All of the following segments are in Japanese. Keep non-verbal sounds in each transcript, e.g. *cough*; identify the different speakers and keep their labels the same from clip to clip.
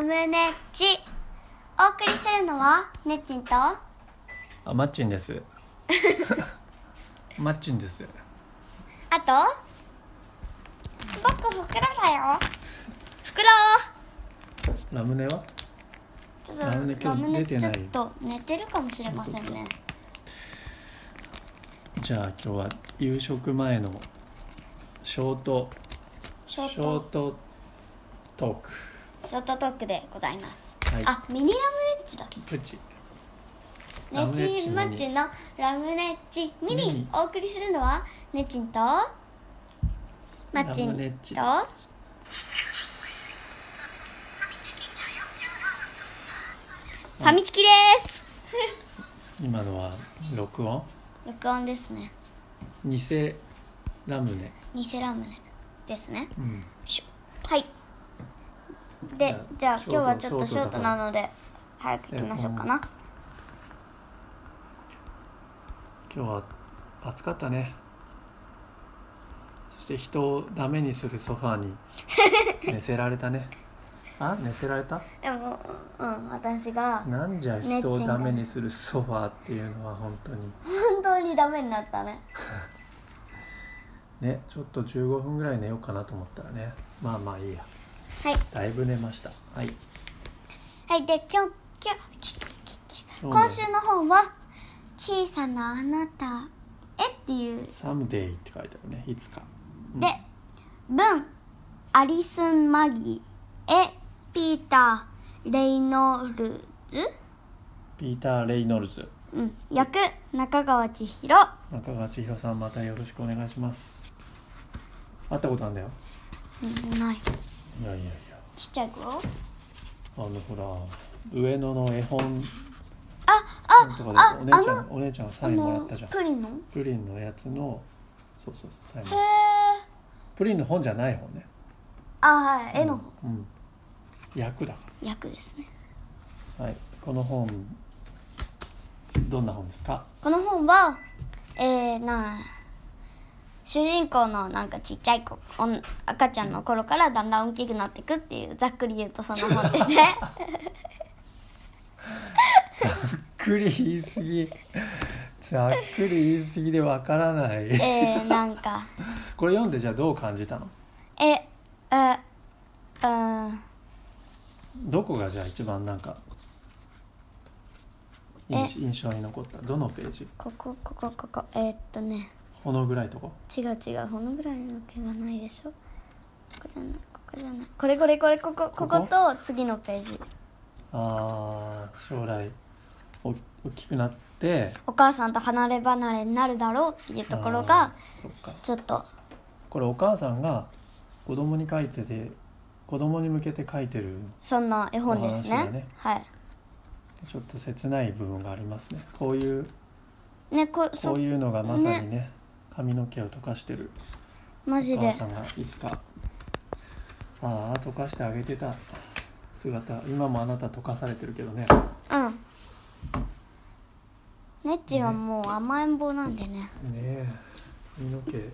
Speaker 1: ムネッチお送りするのはねっちんとは
Speaker 2: あマッチンです *laughs* マッチンです
Speaker 1: あと僕ふくろだよふくろ
Speaker 2: ラムネは
Speaker 1: ちょっ
Speaker 2: ラムネ今日
Speaker 1: ラムネ
Speaker 2: 出てない
Speaker 1: ちょっと寝てるかもしれませんね
Speaker 2: じゃあ今日は夕食前のショート
Speaker 1: ショ
Speaker 2: シ
Speaker 1: ー
Speaker 2: ョ
Speaker 1: ト
Speaker 2: ートト
Speaker 1: ショートトークでございます、
Speaker 2: はい
Speaker 1: あミニラムネッチだ
Speaker 2: ークプチ
Speaker 1: ね
Speaker 2: ラムネッ
Speaker 1: ち
Speaker 2: チ
Speaker 1: マッチのラムネッチミ
Speaker 2: ミ
Speaker 1: ニ
Speaker 2: ニ
Speaker 1: お送りするのはねちんとマッチ
Speaker 2: ラムネッ
Speaker 1: ン
Speaker 2: チ
Speaker 1: とファミチキです
Speaker 2: 今のは録音
Speaker 1: 録音ですね
Speaker 2: 偽ラムネ、
Speaker 1: 偽ラムネですね
Speaker 2: うん、
Speaker 1: しょはいでじ
Speaker 2: じ
Speaker 1: ゃ
Speaker 2: ゃ
Speaker 1: あ
Speaker 2: あ
Speaker 1: 今日はちょっとシ
Speaker 2: シ
Speaker 1: ョ
Speaker 2: ョ
Speaker 1: ー
Speaker 2: ー
Speaker 1: ト
Speaker 2: ト
Speaker 1: なので早く行きましょうかな
Speaker 2: 今日は暑かったねそして人をダメにするソファー
Speaker 1: *laughs*
Speaker 2: に寝せられたねあ寝せられた
Speaker 1: でもうん私が
Speaker 2: なんじゃ人をダメにするソファーっていうのは本当に
Speaker 1: 本当にダメになったね
Speaker 2: ねちょっと15分ぐらい寝ようかなと思ったらねまあまあいいや
Speaker 1: はい
Speaker 2: だいぶ寝ましたはい
Speaker 1: はい、で、今日、今日、
Speaker 2: 今
Speaker 1: 今週の本は。小さなあなたへっていう
Speaker 2: 「サムデイ」って書いてあるねいつか
Speaker 1: で、文アリスン・マギー絵ピーター・レイノルズ、
Speaker 2: ピーター・レイノルズ
Speaker 1: うん、役中川千尋あ
Speaker 2: 中川千尋さんまたよろしくお願いします会ったことあるんだよ
Speaker 1: ない
Speaker 2: いやいやいや
Speaker 1: ちっちゃい子あ
Speaker 2: あのほら上野の絵本なんとかで
Speaker 1: ああ
Speaker 2: お姉ちゃんお姉ちゃんがサ
Speaker 1: あ
Speaker 2: インもら
Speaker 1: の
Speaker 2: ったじゃん
Speaker 1: プリのへ
Speaker 2: プリンのやつのそうそうそうサイン
Speaker 1: え
Speaker 2: プリンの本じゃない本ね
Speaker 1: あはい絵の方、
Speaker 2: うん役だか
Speaker 1: 役ですね
Speaker 2: らはいこの本どんな本ですか
Speaker 1: この本はえー、な主人公のなんかちっちゃい子おん赤ちゃんの頃からだんだん大きくなっていくっていうざっくり言うとそんな本です
Speaker 2: *laughs*
Speaker 1: ね
Speaker 2: くり言いすぎざっくり言いすぎでわからない
Speaker 1: えー、なんか
Speaker 2: これ読んでじゃあどう感じたの
Speaker 1: ええうん
Speaker 2: どこがじゃあ一番なんか印印象に残ったどのページ
Speaker 1: ここここここえーっとね
Speaker 2: このぐらいとこ
Speaker 1: 違う違うこのぐらいの毛がないでしょここじゃないここじゃないこれこれこれこここ
Speaker 2: こ
Speaker 1: こと次のページ
Speaker 2: あー将来お大きくなって
Speaker 1: お母さんと離れ離れになるだろうっていうところ
Speaker 2: あ
Speaker 1: が
Speaker 2: ーそっか
Speaker 1: ちょっと
Speaker 2: これお母さんが子供に書いてて子供に向けて書いてる
Speaker 1: そんな絵本です
Speaker 2: お
Speaker 1: ね
Speaker 2: 話だね
Speaker 1: はい
Speaker 2: ちょっと切ない部分がありますねこういう
Speaker 1: ねこ
Speaker 2: こ
Speaker 1: そう
Speaker 2: いうのがまさにね髪の毛を溶かしてる
Speaker 1: マジ
Speaker 2: お
Speaker 1: で
Speaker 2: 母さんがいつかああ溶かしてあげてた姿今もあなた溶かされてるけどね
Speaker 1: うんねっちはもう甘えん坊なんでね
Speaker 2: ねえ髪の毛ね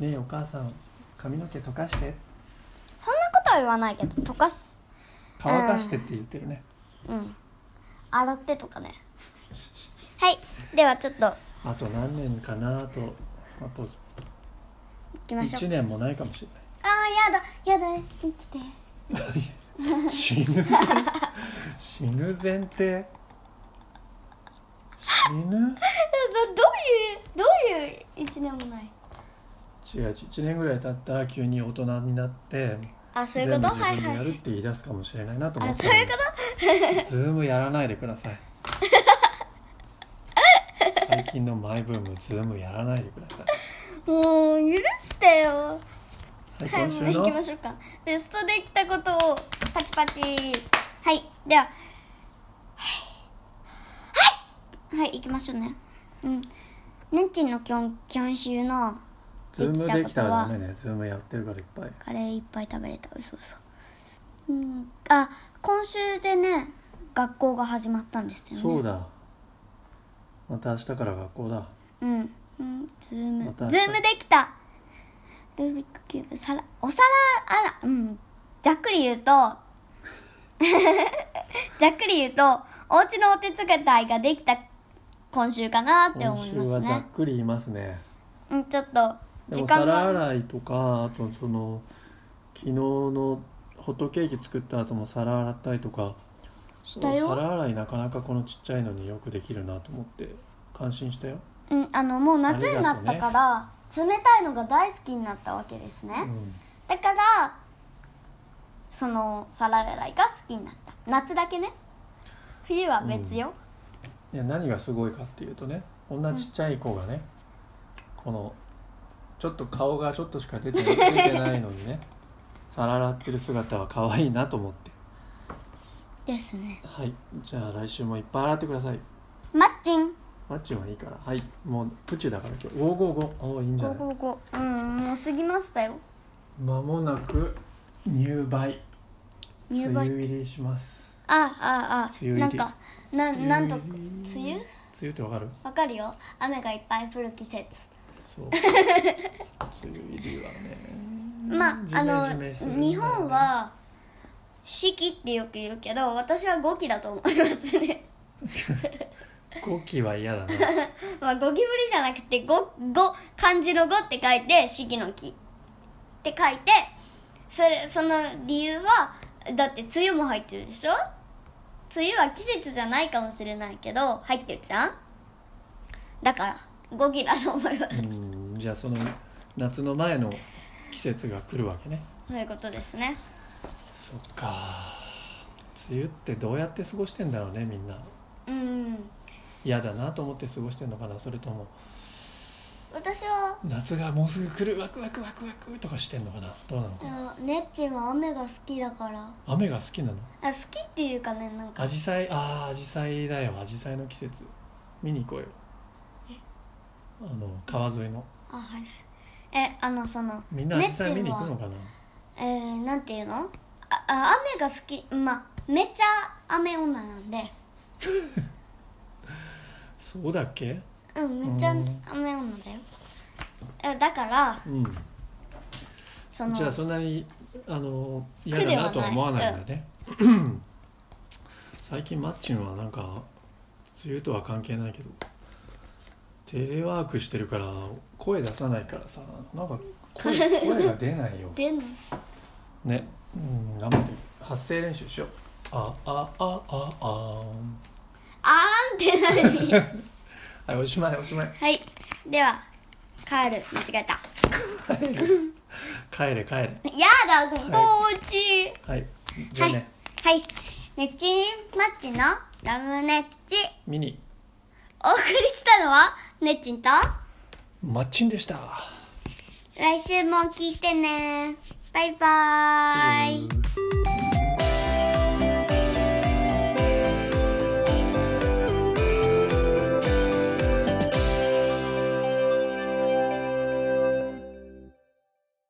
Speaker 2: えお母さん髪の毛溶かして
Speaker 1: そんなことは言わないけど溶かす
Speaker 2: 乾かしてって言ってるね
Speaker 1: うん洗ってとかねはいではちょっと行
Speaker 2: あと何年かなとあと
Speaker 1: きましょ
Speaker 2: 1
Speaker 1: う
Speaker 2: 年もないかもしれない
Speaker 1: あーやだやだ生き *laughs* て *laughs*
Speaker 2: 死ぬ前死ぬ前提死ぬ
Speaker 1: どどういうどういう一年もない
Speaker 2: 違う違う1年ぐらい経ったら急に大人になって
Speaker 1: あそうい
Speaker 2: 全
Speaker 1: う
Speaker 2: 部
Speaker 1: こと
Speaker 2: 自
Speaker 1: はい
Speaker 2: 分で
Speaker 1: は
Speaker 2: やるって
Speaker 1: い
Speaker 2: 言い出すかもしれないなと思
Speaker 1: あ
Speaker 2: って
Speaker 1: そういうこと
Speaker 2: *laughs* ズームやらないでくだ *laughs* さい最近のマイブームズームやらないでくださ
Speaker 1: もう許してよ
Speaker 2: い、
Speaker 1: は、
Speaker 2: はいい、今
Speaker 1: も
Speaker 2: 週
Speaker 1: う行
Speaker 2: の
Speaker 1: きましょうか。ベストできたことをパチパチ。はい、では。はい。はい、行きましょうね。うん。ねんちんのきょん、今週の。
Speaker 2: ズームできたら
Speaker 1: は
Speaker 2: ダメねズームやってるからいっぱい
Speaker 1: カレーいっぱい食べれた。嘘嘘。うん、あ、今週でね。学校が始まったんですよね。
Speaker 2: そうだまた明日から学校だ
Speaker 1: うん、うん、ズーム、
Speaker 2: また
Speaker 1: ズームできたルービックキューブ皿お皿あらうんざっくり言うと *laughs* ざっくり言うとお家のお手伝いができた今週かなって
Speaker 2: 今
Speaker 1: 思い
Speaker 2: 週
Speaker 1: ます
Speaker 2: はざっ
Speaker 1: ね
Speaker 2: くりいますね
Speaker 1: うんちょっと
Speaker 2: で
Speaker 1: 時
Speaker 2: も
Speaker 1: 間
Speaker 2: 皿
Speaker 1: が
Speaker 2: 洗いとかあとその昨日のホットケーキ作った後も皿洗ったりとか
Speaker 1: したよ
Speaker 2: 皿洗いなかなかこのちっちゃいのによくできるなと思って感心したよ、
Speaker 1: うん、あのもう夏になっ
Speaker 2: あ
Speaker 1: た
Speaker 2: り
Speaker 1: か
Speaker 2: が
Speaker 1: ら、冷たいのが大好きになったわけですね、
Speaker 2: うん
Speaker 1: だからその皿洗いが好きになった夏だけね冬は別よ、
Speaker 2: いや何がすごいかっていうとねこんなちっちゃい子がね、このちょっと顔がちょっとしか出て出てないのにね皿洗ってる姿は可愛いなと思って
Speaker 1: ですね
Speaker 2: はいじゃあ来週もいっぱい洗ってください
Speaker 1: マッチン
Speaker 2: マッチンはいいからはいもうプチだから今日555おーいいんじゃない
Speaker 1: 555うんもう過ぎましたよ
Speaker 2: まもなく入梅
Speaker 1: 入
Speaker 2: 梅
Speaker 1: 梅
Speaker 2: 雨入りします
Speaker 1: ああああ
Speaker 2: 梅雨
Speaker 1: なん
Speaker 2: 入り
Speaker 1: かななんと
Speaker 2: 梅雨
Speaker 1: 梅
Speaker 2: 入
Speaker 1: 雨
Speaker 2: り梅雨ってわかる
Speaker 1: わかるよ雨がいっぱい降る季節
Speaker 2: そう
Speaker 1: *laughs*
Speaker 2: 梅雨入りはね
Speaker 1: まああ
Speaker 2: ジメジメするんだ
Speaker 1: の
Speaker 2: よね
Speaker 1: 日本は四季ってよく言うけど私は五季だと思いますね
Speaker 2: 後期は嫌だな
Speaker 1: まあゴキブリじゃなくて五五漢字の五って書いて四季の季って書いてそれその理由はだって梅雨も入ってるでしょ梅雨は季節じゃないかもしれないけど入ってるじゃんだから五季だと思 *laughs* います
Speaker 2: うんじゃあその夏の前の季節が来るわけね
Speaker 1: そういうことですね
Speaker 2: そっか梅雨ってどうやって過ごしてんだろうねみんな
Speaker 1: うん
Speaker 2: 嫌だなと思って過ごしてんのかなそれとも
Speaker 1: 私は
Speaker 2: 夏がもうすぐ来るワクワクワクワクとかしてんのかなどうなのかな
Speaker 1: ネッチンは雨が好きだから
Speaker 2: 雨が好きなの
Speaker 1: あ好きっていうかねなんか
Speaker 2: 紫陽花ああ紫陽花だよ紫陽花の季節見に行こうよあの川沿いの
Speaker 1: あはいえあのその
Speaker 2: みんな
Speaker 1: ねっ
Speaker 2: 紫陽花見に行くの
Speaker 1: は
Speaker 2: かな
Speaker 1: えー、なんていうのああ雨が好きまあめっちゃ雨女なんで
Speaker 2: そうだっけ
Speaker 1: うんめっちゃ
Speaker 2: うん
Speaker 1: 雨女だよえだから
Speaker 2: うん
Speaker 1: その
Speaker 2: じゃあそんなにあの嫌だなとは思わないんだね *clears throat* 最近マッチンはなんか梅雨とは関係ないけどテレワークしてるから声出さないからさなんか *laughs* 声声が出ないよ
Speaker 1: 出んの
Speaker 2: ねうん頑張って発声練習しようあああああ
Speaker 1: あーんって何
Speaker 2: あはいおしまいおしまい
Speaker 1: *laughs* はいでは帰る間違えた
Speaker 2: 帰れ帰れ
Speaker 1: やだここお家、
Speaker 2: はいじゃあね、
Speaker 1: はいネッチンマッチのラムネッチ
Speaker 2: ミニ
Speaker 1: お送りしたのはネッチンと
Speaker 2: マッチンでした
Speaker 1: 来週も聞いてねバイバーイ
Speaker 2: ー